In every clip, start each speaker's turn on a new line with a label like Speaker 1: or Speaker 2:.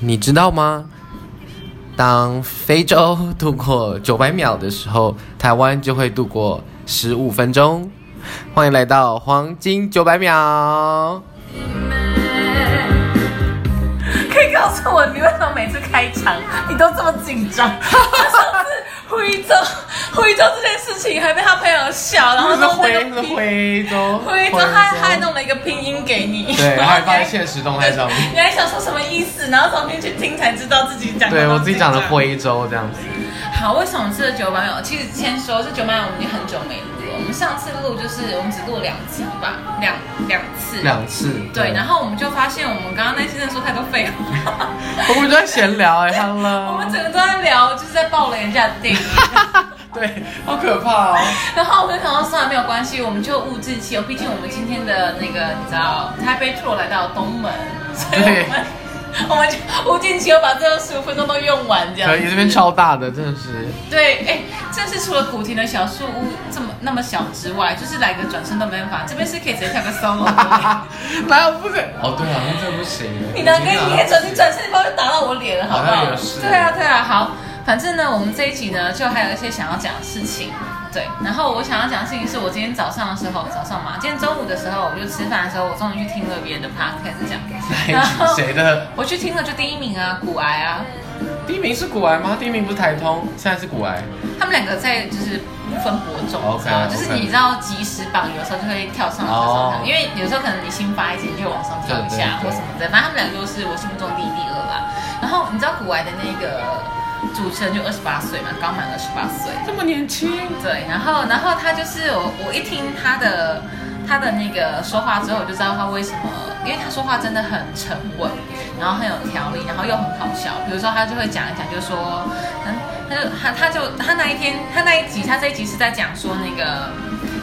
Speaker 1: 你知道吗？当非洲度过九百秒的时候，台湾就会度过十五分钟。欢迎来到黄金九百秒。
Speaker 2: 可以告诉我，你为什么每次开场你都这么紧张？ 上次徽州，徽州这件事情还被他朋友笑， 然后
Speaker 1: 是
Speaker 2: 弄那
Speaker 1: 徽
Speaker 2: 个
Speaker 1: 是
Speaker 2: 拼
Speaker 1: 徽州，
Speaker 2: 徽州，他还他还弄了一个拼音给你，
Speaker 1: 对，
Speaker 2: 然
Speaker 1: 他
Speaker 2: 后
Speaker 1: 还
Speaker 2: 你
Speaker 1: 放在现实动态上面。
Speaker 2: 你还想说什么意思？然后重新去听才知道自己讲。
Speaker 1: 对我自己讲的。徽州这样子，
Speaker 2: 好，为什么这九百秒？其实先说这九百秒我们已经很久没录了，我们上次录就是我们只录两集吧，两两次。
Speaker 1: 两次。
Speaker 2: 对，然后我们就发现我们刚刚那些人说太多废话。
Speaker 1: 我们就在闲聊哎、哈
Speaker 2: 我们
Speaker 1: 喽。
Speaker 2: 整个都在聊，就是在爆雷人家的电影，
Speaker 1: 对，好可怕哦。
Speaker 2: 然后我就想到算了，没有关系，我们就物尽其用，毕竟我们今天的那个你知道台北 tour 来到东门， 所以我们我们就物尽其用，把这十五分钟都用完，这样
Speaker 1: 可
Speaker 2: 子。
Speaker 1: 以，这边超大的，真的是。
Speaker 2: 对，哎，这是除了古亭的小树屋这么那么小之外，就是来个转身都没办法，这边是可以直接跳个 solo 的。
Speaker 1: 哪有不是？哦，对啊，那这不行。
Speaker 2: 你哪跟你可以转身转身，你不会打到我脸了，好不
Speaker 1: 好像
Speaker 2: 好
Speaker 1: 也？是
Speaker 2: 对啊，对啊，好。反正呢，我们这一集呢，就还有一些想要讲的事情。对，然后我想要讲的事情是我今天早上的时候，早上嘛，今天中午的时候，我就吃饭的时候，我终于去听了别人的 podcast 讲，然后
Speaker 1: 谁的？
Speaker 2: 我去听了就第一名啊，骨癌啊，
Speaker 1: 第一名是古癌吗？第一名不是台通，现在是古癌。
Speaker 2: 他们两个在就是不分伯仲，你
Speaker 1: OK，
Speaker 2: 知道吗？就是你
Speaker 1: OK
Speaker 2: 知道即时榜有时候就会跳上来，跳上来
Speaker 1: 哦，
Speaker 2: 因为有时候可能你新发一集，你就往上跳一下
Speaker 1: 对对对
Speaker 2: 或什么的。反正他们俩就是我心目中第一、第二吧。然后你知道古玩的那个主持人就二十八岁嘛，刚满二十八岁。
Speaker 1: 这么年轻，
Speaker 2: 对，然后然后他就是我，我一听他的他的那个说话之后，我就知道他为什么，因为他说话真的很沉稳，然后很有条理，然后又很好笑。比如说他就会讲一讲，就说，嗯，他就他他就他那一天他那一集他这一集是在讲说那个。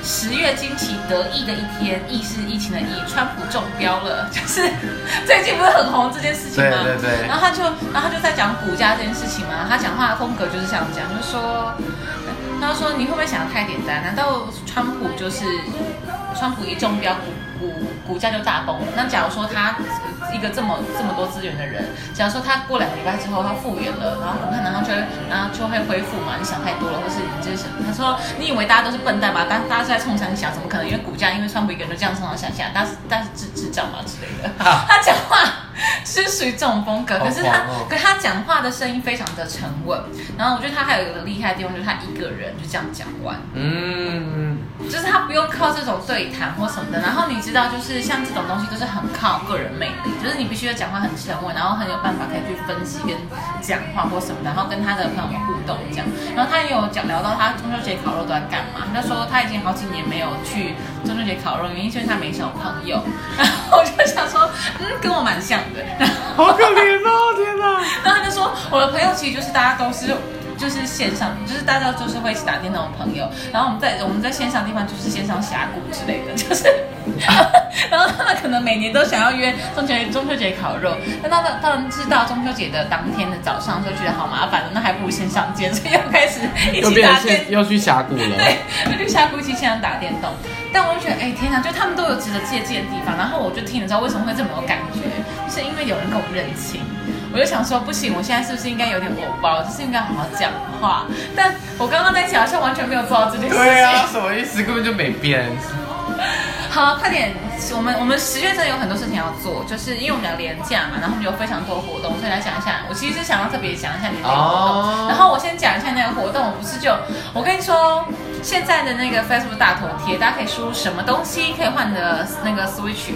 Speaker 2: 十月惊奇得意的一天，意是疫情的疫，川普中标了，就是最近不是很红这件事情吗？
Speaker 1: 对对 对
Speaker 2: 然后他就，然后他就在讲股价这件事情嘛，他讲话的风格就是这样讲，就说，他说你会不会想的太简单？难道川普就是川普一中标股股股价就大崩？那假如说他呃一个这么这么多资源的人，假如说他过两个礼拜之后他复原了，然后股票然后就会然后就会恢复嘛？你想太多了，或是你就是想他说你以为大家都是笨蛋吧？大大家是在冲想想，怎么可能？因为股价因为川普一个人就这样上上下下，但是但是智智障嘛之类的。他讲话是属于这种风格，可是他
Speaker 1: 好狂哦
Speaker 2: 可是他讲话的声音非常的沉稳，然后我觉得他还有一个厉害的地方，就是他一个人就这样讲完，
Speaker 1: 嗯，
Speaker 2: 就是他不用靠这种对谈或什么的。然后你知道，就是像这种东西都是很靠个人魅力，就是你必须要讲话很沉稳，然后很有办法可以去分析跟讲话或什么，然后跟他的朋友们互动这样。然后他也有讲聊到他中秋节烤肉都在干嘛，他说他已经好几年没有去中秋节烤肉，原因是因为他没什么朋友。然后我就想说，嗯，跟我蛮像的。然后
Speaker 1: 好可怜哦，天哪！
Speaker 2: 然后他就说，我的朋友其实就是大家都是。就是线上，就是大家就是会一起打电动的朋友，然后我们在我们在线上的地方就是线上峡谷之类的，就是， 然后他们可能每年都想要约中秋节中秋节烤肉，但到了当然知道中秋节的当天的早上就觉得好麻烦了，那还不如线上见，所以又开始一
Speaker 1: 又
Speaker 2: 起
Speaker 1: 变
Speaker 2: 打
Speaker 1: 成
Speaker 2: 电
Speaker 1: 现又去峡谷了。
Speaker 2: 对，我就下估计现在打电动，但我就觉得，哎、天哪，就他们都有值得借鉴的地方。然后我就听了之后，为什么会这么有感觉？就是因为有人跟我认亲，我就想说，不行，我现在是不是应该有点偶包，就是应该好好讲话？但我刚刚在一起好像完全没有做到这件事情。
Speaker 1: 对啊，什么意思？根本就没变。
Speaker 2: 好，快点！我们我们十月真的有很多事情要做，就是因为我们俩连假嘛，然后我们有非常多活动，所以来讲一下。我其实是想要特别讲一下年底活动，
Speaker 1: 哦
Speaker 2: 然后我先讲一下那个活动。我不是就我跟你说，现在的那个 Facebook 大头贴，大家可以输入什么东西可以换的那个 Switch，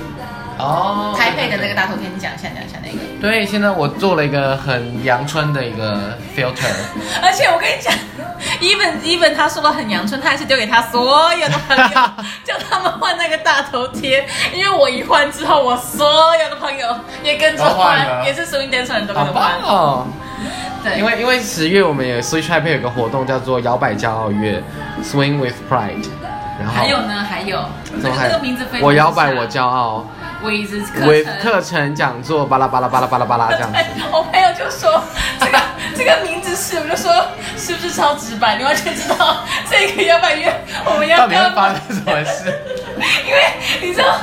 Speaker 1: 哦，
Speaker 2: 台北的那个大头贴，你讲一下，讲一下那个。
Speaker 1: 对，现在我做了一个很阳春的一个 filter，
Speaker 2: 而且我跟你讲，even even 他说的很阳春，他还是丢给他所有的朋 友，叫他们换那个大头贴。因为我一换之后，我所有的朋友也跟着
Speaker 1: 都换
Speaker 2: 换，
Speaker 1: 了
Speaker 2: 也是 swing dancer 人都跟
Speaker 1: 好
Speaker 2: 着换
Speaker 1: 棒。哦！
Speaker 2: 对，
Speaker 1: 因为因为十月我们有 Switch Happy 有个活动叫做摇摆骄傲月 Swing with Pride，然后
Speaker 2: 还有呢，还有这个
Speaker 1: 怎么还
Speaker 2: 这个名字非常啊
Speaker 1: 我摇摆我骄傲
Speaker 2: ，with 课
Speaker 1: with
Speaker 2: 程。
Speaker 1: 课程讲座巴拉巴拉巴拉巴拉巴拉这样子
Speaker 2: 对。，我朋友就说这个这个名字是，我就说是不 是超直白？你完全知道这个摇摆乐，我们要
Speaker 1: 到
Speaker 2: 不
Speaker 1: 底会
Speaker 2: 要
Speaker 1: 发生什么事？
Speaker 2: 因为你知道，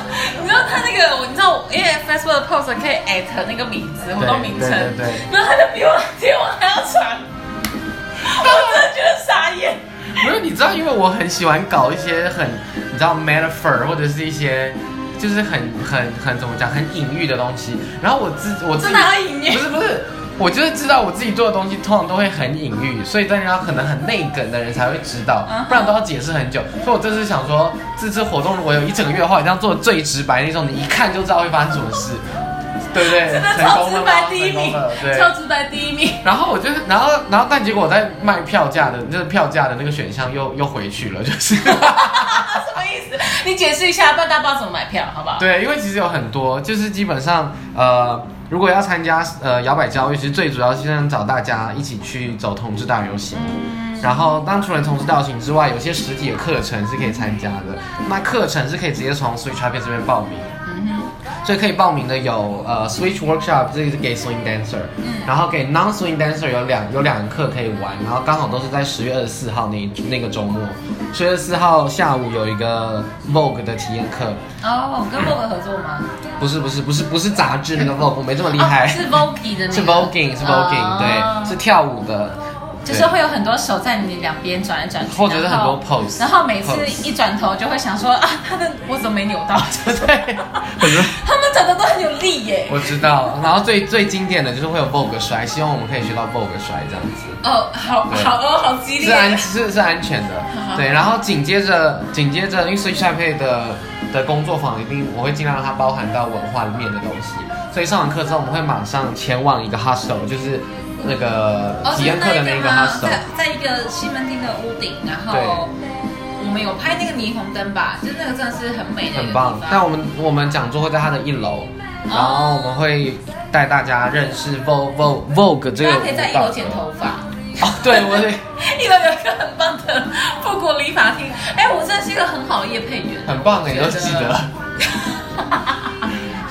Speaker 2: 你知道他那个，你知道，因为 Facebook 的 post 可以 at 那个名字活动名称，
Speaker 1: 对对对
Speaker 2: 然后他就比我贴文还要长，我真的觉得傻眼。
Speaker 1: 没有，你知道，因为我很喜欢搞一些很，你知道 metaphor 或者是一些，就是很很很怎么讲，很隐喻的东西。然后我自我自
Speaker 2: 真
Speaker 1: 己
Speaker 2: 的要隐喻
Speaker 1: 不是不是，我就是知道我自己做的东西通常都会很隐喻，所以大家可能很内梗的人才会知道
Speaker 2: 嗯哼，
Speaker 1: 不然都要解释很久。所以我这次想说，这次活动如果有一整个月的话，我一定要做得最直白那种，你一看就知道会发生什么事，对不对？
Speaker 2: 真的
Speaker 1: 成
Speaker 2: 超
Speaker 1: 功
Speaker 2: 直
Speaker 1: 了
Speaker 2: 白
Speaker 1: 吗
Speaker 2: 第一
Speaker 1: 成
Speaker 2: 名
Speaker 1: 功了，对。
Speaker 2: 超直白第一名，
Speaker 1: 然后我就是，然后然后但结果我在卖票价的，就是票价的那个选项又又回去了，就是。
Speaker 2: 什么意思？你解释一下，不然大家不知道怎么买票，好不好？
Speaker 1: 对，因为其实有很多，就是基本上呃，如果要参加呃摇摆教育，其实最主要是想找大家一起去走同志大游行。
Speaker 2: 嗯
Speaker 1: 然后，当除了同志大游行之外，有些实体的课程是可以参加的。那课程是可以直接从 Switch Happy 这边报名。
Speaker 2: 嗯哼，
Speaker 1: 所以可以报名的有呃 Switch Workshop，这个是给 Swing Dancer，、
Speaker 2: 嗯
Speaker 1: 然后给 Non Swing Dancer 有两有两课可以玩，然后刚好都是在十月二十四号那一那个周末，十月二十四号下午有一个 Vogue 的体验课，
Speaker 2: 哦，跟 Vogue 合作吗？
Speaker 1: 不是不是不是不是杂志那个 Vogue，我没这么厉害，
Speaker 2: 哦是 Vogue 的那个，
Speaker 1: 是 Voguing 是 Voguing，、
Speaker 2: 哦
Speaker 1: 对，是跳舞的，
Speaker 2: 就是
Speaker 1: 对
Speaker 2: 会有很多手在你两边转来转去，
Speaker 1: 或者是
Speaker 2: 然后
Speaker 1: 很多 pose，
Speaker 2: 然后每次
Speaker 1: pose
Speaker 2: 一转头就会想说啊，他的我怎么没扭到？
Speaker 1: 对， 很多
Speaker 2: 他们长得都很有力耶。
Speaker 1: 我知道，然后最最经典的就是会有 Vogue 摔，希望我们可以学到 Vogue 摔这样子。
Speaker 2: 哦，好
Speaker 1: 对
Speaker 2: 好哦，好激
Speaker 1: 是安
Speaker 2: 烈。
Speaker 1: 是是安全的
Speaker 2: 好，
Speaker 1: 对。然后紧接着紧接着，因为 Switch 搭配的的工作坊一定我会尽量让它包含到文化面的东西，所以上完课之后我们会马上前往一个 hostel，就是那个
Speaker 2: 哦，
Speaker 1: 体验课的那
Speaker 2: 个
Speaker 1: 个
Speaker 2: 吗？
Speaker 1: hostel，、
Speaker 2: 在在一个西门町的屋顶，然后我们有拍那个霓虹灯吧，就是那个真的是很美的一个
Speaker 1: 很
Speaker 2: 地
Speaker 1: 棒
Speaker 2: 方。。
Speaker 1: 那我们我们讲座会在它的一楼，然后我们会带大家认识 Vogue Vogue Vogue 这
Speaker 2: 大家
Speaker 1: 个舞
Speaker 2: 可以在一
Speaker 1: 蹈
Speaker 2: 楼剪头发。
Speaker 1: 哦， 对我也。
Speaker 2: 一楼有一个很棒的复古理发厅，哎、我真的是一个很好的夜配员，
Speaker 1: 很棒
Speaker 2: 我
Speaker 1: 哎，
Speaker 2: 觉
Speaker 1: 要记 得。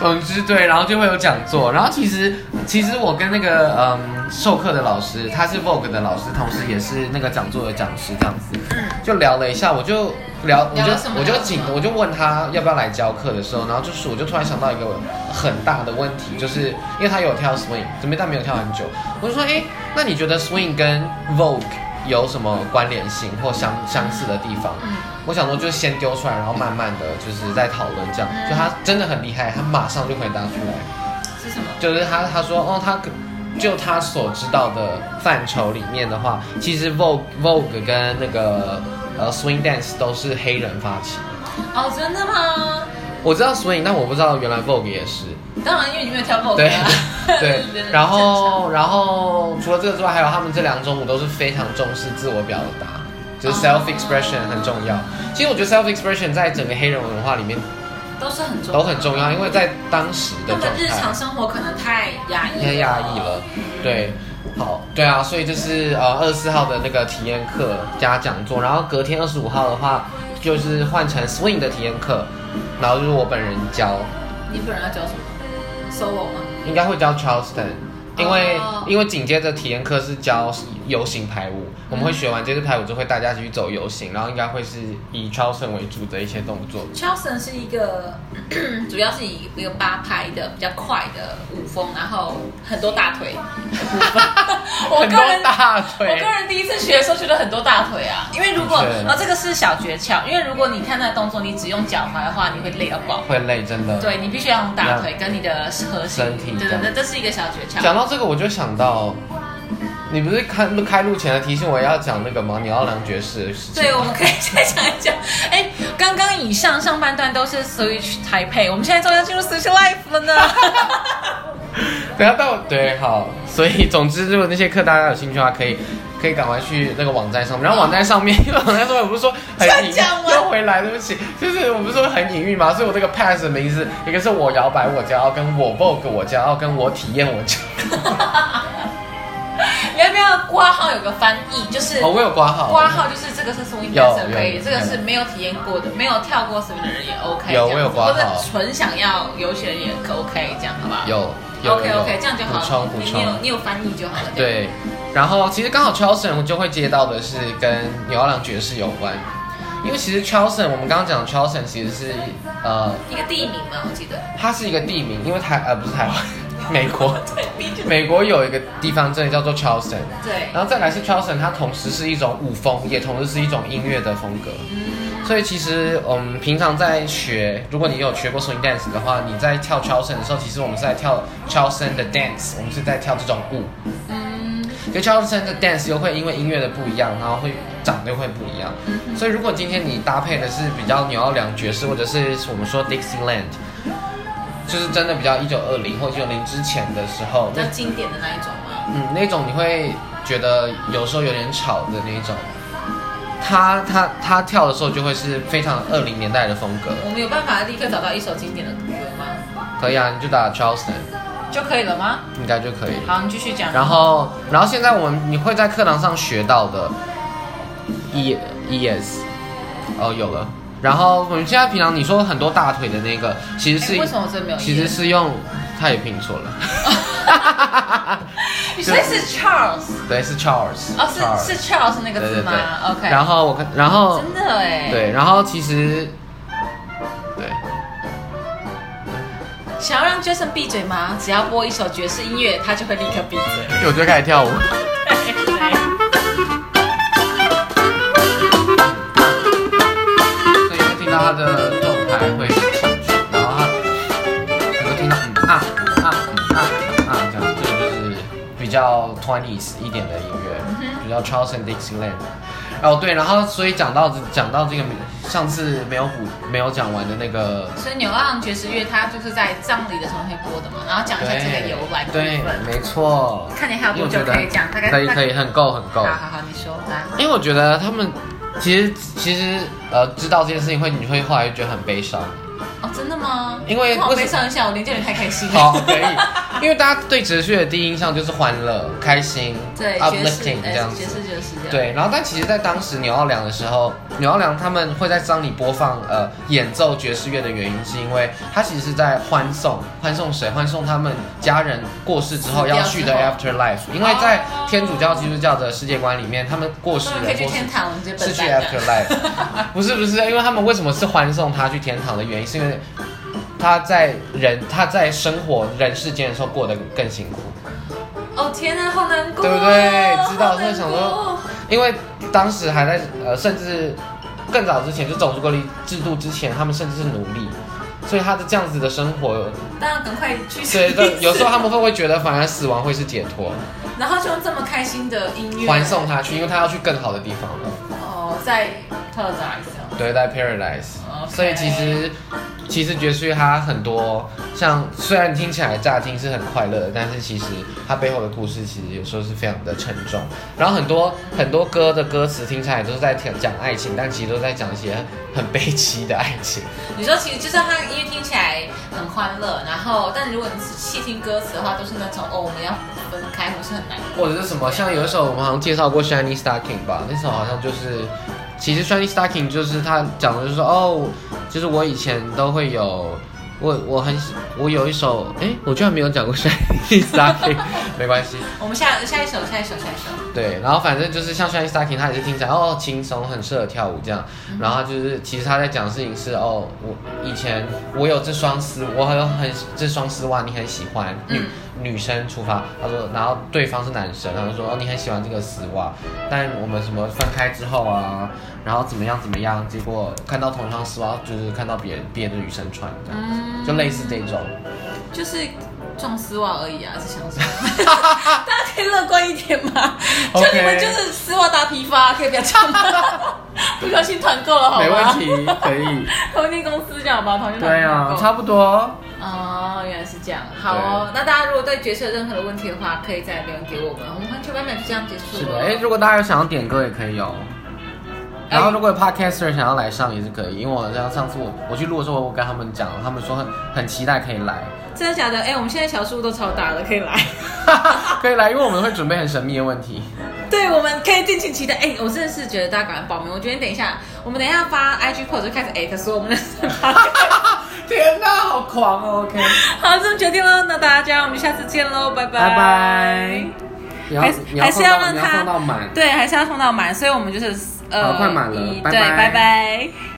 Speaker 1: 总之对，然后就会有讲座，然后其实其实我跟那个嗯授课的老师，他是 Vogue 的老师，同时也是那个讲座的讲师，这样子，就聊了一下，我就聊，我
Speaker 2: 嗯聊
Speaker 1: 就
Speaker 2: 了什么
Speaker 1: 我就
Speaker 2: 聊了
Speaker 1: 紧
Speaker 2: 什，么
Speaker 1: 我就问他要不要来教课的时候，然后就是我就突然想到一个很大的问题，就是因为他有跳 swing，准备但没有跳很久，我就说，哎，那你觉得 swing 跟 Vogue 有什么关联性或相相似的地方？
Speaker 2: 嗯
Speaker 1: 我想说就先丢出来，然后慢慢的就是在讨论这样。就他真的很厉害，他马上就回答出来，
Speaker 2: 是什么？
Speaker 1: 就是他他说哦，他就他所知道的范畴里面的话，其实 Vogue Vogue 跟那个呃 Swing Dance 都是黑人发起。
Speaker 2: 哦，真的吗？
Speaker 1: 我知道 Swing，但我不知道原来 Vogue 也是。
Speaker 2: 当然，因为你没有跳过舞
Speaker 1: 对
Speaker 2: 啊
Speaker 1: 对
Speaker 2: 就是觉得很，
Speaker 1: 然后然后除了这个之外，还有他们这两种舞都是非常重视自我表达，就是 self expression 很重要。其实我觉得 self expression 在整个黑人文化里面
Speaker 2: 正常都是很重要，
Speaker 1: 都很重要，因为在当时的
Speaker 2: 他
Speaker 1: 状态
Speaker 2: 们日常嗯生活可能太压抑，
Speaker 1: 太压抑。了，对。好，对啊，所以就是呃二十四号的那个体验课加讲座，然后隔天二十五号的话就是换成 swing 的体验课，然后就是我本人教，
Speaker 2: 你本人要教什么？solo 吗？
Speaker 1: 应该会教 Charleston，因为、
Speaker 2: 哦
Speaker 1: 因为紧接着体验课是教游行排舞，我们会学完这支排舞之后会带大家去走游行，然后应该会是以 Charleston 为主的一些动作，
Speaker 2: Charleston 是一个， 主要是以一个八拍的比较快的舞风，然后很多大 腿。我
Speaker 1: 很
Speaker 2: 个
Speaker 1: 多
Speaker 2: 人
Speaker 1: 大
Speaker 2: 我
Speaker 1: 腿
Speaker 2: 个人第一次学的时候觉得很多大腿啊，因为如果
Speaker 1: 的确
Speaker 2: 呃这个是小诀窍，因为如果你看那个动作，你只用脚踝的话，你会累到爆。
Speaker 1: 会累，真的。
Speaker 2: 对你必须要用大腿跟你的核心，
Speaker 1: 身体
Speaker 2: 对
Speaker 1: 这
Speaker 2: 对
Speaker 1: 样
Speaker 2: 对，这是一个小诀窍。
Speaker 1: 讲到这个，我就想到，你不是开录开录前的提醒我要讲那个吗？你要良爵士的事情。
Speaker 2: 对，我们可以再讲一讲。哎，刚刚以上上半段都是 Switch 台配，我们现在终于要进入 Switch Life 了呢。
Speaker 1: 等下到对好，所以总之，如果那些课大家有兴趣的话，可以可以赶快去那个网站上面。然后网站上面， 因为网站上面我不是说很隐
Speaker 2: 这样
Speaker 1: 喻，
Speaker 2: 吗
Speaker 1: 又回来，对不起，就是我不是说很隐喻嘛，所以我这个 pass 的名字，一个是我摇摆我骄傲，跟我 vogue 我骄傲，跟我体验我骄
Speaker 2: 你要不要挂号有个翻译？就是
Speaker 1: 傲。哦，我有挂号，
Speaker 2: 挂号就是这个是 swing
Speaker 1: 有
Speaker 2: dancer 可以，
Speaker 1: 有
Speaker 2: 这个是没有体验过的，没有跳过 swing 的人也 OK 这样
Speaker 1: 有
Speaker 2: 子。
Speaker 1: 我有挂号
Speaker 2: 或者纯想要游学的人也 OK，这样好不好？
Speaker 1: 有有
Speaker 2: OK
Speaker 1: 有
Speaker 2: OK，这样就好
Speaker 1: 补充
Speaker 2: 了。
Speaker 1: 补
Speaker 2: 你
Speaker 1: 充
Speaker 2: 你。有你有翻译就好了。吧，
Speaker 1: 对，然后其实刚好 Charleston 我就会接到的是跟牛郎爵士有关，因为其实 Charleston，我们刚刚讲 Charleston 其实是呃，
Speaker 2: 一个地名嘛，我记 得。
Speaker 1: 它是一个地名，因为台呃不是台湾， 美国，
Speaker 2: 对，毕竟
Speaker 1: 美国有一个地方真的叫做 Charleston，
Speaker 2: 对，
Speaker 1: 然后再来是 Charleston，它同时是一种舞风，也同时是一种音乐的风格。
Speaker 2: 嗯，
Speaker 1: 所以其实我们平常在学，如果你有学过 swing dance 的话，你在跳 Charleston 的时候，其实我们是在跳 Charleston 的 dance，我们是在跳这种舞。
Speaker 2: 嗯，
Speaker 1: 可 Charleston 的 dance 又会因为音乐的不一样，然后会长得又会不一样。
Speaker 2: 嗯
Speaker 1: 所以如果今天你搭配的是比较纽奥良爵士，或者是我们说 Dixieland，就是真的比较一九二零或九零之前的时候，
Speaker 2: 比
Speaker 1: 那
Speaker 2: 较经典的那一种嘛。
Speaker 1: 嗯，那种你会觉得有时候有点吵的那种。他他他跳的时候就会是非常二零年代的风格，
Speaker 2: 我们有办法立刻找到一首经典的歌吗？
Speaker 1: 可以啊，你就打 Charleston
Speaker 2: 就可以了吗？
Speaker 1: 应该就可以了。
Speaker 2: 好，你继续讲。
Speaker 1: 然后然后现在我们你会在课堂上学到的 E E S，哦有了。然后我们现在平常你说很多大腿的那个，其实
Speaker 2: 哎
Speaker 1: 是
Speaker 2: 为什么我真的没有？
Speaker 1: 其实，是用，他也拼错 了，
Speaker 2: 所以是 Charles
Speaker 1: 对是 Charles，
Speaker 2: 哦，是
Speaker 1: Charles
Speaker 2: 是 Charles 那个
Speaker 1: 对
Speaker 2: 字
Speaker 1: 对对
Speaker 2: 吗？OK，
Speaker 1: 然后我看然后
Speaker 2: 真的哎，，
Speaker 1: 对，然后其实对。
Speaker 2: 想要让 Jason 闭嘴吗？只要播一首爵士音乐，他就会立刻闭嘴。
Speaker 1: 我就开始跳舞。所以会听到他的动态会很清楚，然后他你会听到嗯啊嗯啊嗯啊嗯啊这样，这个就是比较 twenties 一点的音
Speaker 2: 嗯
Speaker 1: 乐，比较 Charles and Dixieland。哦对，然后所以讲到讲到这个上次没有补没有讲完的那个
Speaker 2: 所以纽奥良爵士乐它就是在葬礼的时候会播的嘛，然后讲一下这个由来的部
Speaker 1: 对，
Speaker 2: 分。
Speaker 1: 没错。
Speaker 2: 看你还有多久可以讲大概
Speaker 1: 可以可以，很够很够
Speaker 2: 好。好好，你说来。
Speaker 1: 因为我觉得他们其实其实呃知道这件事情会你会后来觉得很悲伤。
Speaker 2: 哦，真的吗？
Speaker 1: 因为
Speaker 2: 那我
Speaker 1: 为什
Speaker 2: 悲伤一下，我连见你太开心了。
Speaker 1: 好，可以，因为大家对哲学的第一印象就是欢乐、开心、
Speaker 2: 对，爵士，呃
Speaker 1: uplifting 这样
Speaker 2: 爵
Speaker 1: 子。
Speaker 2: 士就是这样。，
Speaker 1: 对，然后但其实，在当时纽奥良的时候，纽奥良他们会在葬礼播放呃演奏爵士乐的原因，是因为他其实是在欢送欢送谁？欢送他们家人过世之后
Speaker 2: 死掉
Speaker 1: 要去的
Speaker 2: 之后
Speaker 1: afterlife，因为在天主教、基督教的世界观里面，他们过世
Speaker 2: 所以可
Speaker 1: 人
Speaker 2: 以去
Speaker 1: 过世
Speaker 2: 天堂，直接
Speaker 1: 是
Speaker 2: 奔
Speaker 1: 去
Speaker 2: 蛋
Speaker 1: afterlife，不是不是，因为他们为什么是欢送他去天堂的原因，是因为他在人他在生活人世间的时候过得更辛苦，
Speaker 2: 哦天啊，好难过哦，
Speaker 1: 对不对知道
Speaker 2: 好难过
Speaker 1: 所以想说因为当时还在呃，甚至更早之前就种族隔离制度之前，他们甚至是奴隶，所以他的这样子的生活，
Speaker 2: 当然赶快去死。
Speaker 1: 对对，有时候他们会不会觉得反而死亡会是解脱，
Speaker 2: 然后就用这么开心的音乐
Speaker 1: 欢送他去，因为他要去更好的地方了。
Speaker 2: 哦，在 Paradise 哦
Speaker 1: 对，在 Paradise。
Speaker 2: OK
Speaker 1: 哦所以其实其实爵士乐它很多，像虽然听起来乍听是很快乐的，但是其实它背后的故事其实有时候是非常的沉重。然后很多很多歌的歌词听起来都是在讲讲爱情，但其实都在讲一些很悲凄的爱情。
Speaker 2: 你说其实就是它音乐听起来很欢乐，然后但如果你仔细听歌词的话，都是那种哦我们要分开，或是很难过。
Speaker 1: 或者是什么，像有一首我们好像介绍过《Shiny Stocking》吧，那首好像就是，其实《Shiny Stocking》就是他讲的就是说，哦，就是我以前都会有，我我很喜我有一首，哎，我居然没有讲过 《Shiny Stocking》，没关系，
Speaker 2: 我们下下一首，下一首，下一首。
Speaker 1: 对，然后反正就是像《Shiny Stocking》，他也是听起来哦轻松，很适合跳舞这样，
Speaker 2: 嗯
Speaker 1: 然后他就是其实他在讲的事情是哦，我以前我有这双丝，我很有很这双丝袜你很喜欢，
Speaker 2: 嗯
Speaker 1: 女、女生出发，他说，然后对方是男生，他就说哦你很喜欢这个丝袜，但我们什么分开之后啊，然后怎么样怎么样，结果看到同一双丝袜就是看到别人别的女生穿这样子，
Speaker 2: 嗯
Speaker 1: 就类似这种，
Speaker 2: 就是撞丝袜而已啊，是想什 么？大家可以乐观一点嘛。就
Speaker 1: OK
Speaker 2: 你们就是丝袜大批发，可以不要这样吗？ 不小心团购了好吗？啊
Speaker 1: 没问题，可以，
Speaker 2: 同一间公司这 样好吧？同一间
Speaker 1: 对啊，
Speaker 2: 团购
Speaker 1: 差不多。
Speaker 2: 哦，原来是这样。好哦，那大家如果对角色有任何的问题的话，可以再留言给我们。我们环球版本就这样结
Speaker 1: 是
Speaker 2: 束哦
Speaker 1: 的，
Speaker 2: 了。
Speaker 1: 哎，如果大家有想要点歌也可以哦。然后如果有 podcaster 想要来上也是可以，因为我像上次我我去录的时候，我跟他们讲，他们说很很期待可以来，
Speaker 2: 真的假的？哎、我们现在小树都超大了，可以来。
Speaker 1: 可以来，因为我们会准备很神秘的问题。
Speaker 2: 对，我们可以敬请期待。哎、我真的是觉得大家赶快报名。我决定等一下，我们等一下发 IG post 就开始 at 说我们的
Speaker 1: 天哪，好狂哦！OK，
Speaker 2: 好，这么决定了，那大家这样，我们下次见喽，拜拜。
Speaker 1: 拜拜。你要
Speaker 2: 还
Speaker 1: 你
Speaker 2: 还是
Speaker 1: 要
Speaker 2: 要
Speaker 1: 放
Speaker 2: 让
Speaker 1: 到你要放
Speaker 2: 它
Speaker 1: 到满，
Speaker 2: 对，还是要送到满，所以我们就是
Speaker 1: 好快满了
Speaker 2: 一
Speaker 1: 拜
Speaker 2: 对，
Speaker 1: 拜
Speaker 2: 拜拜。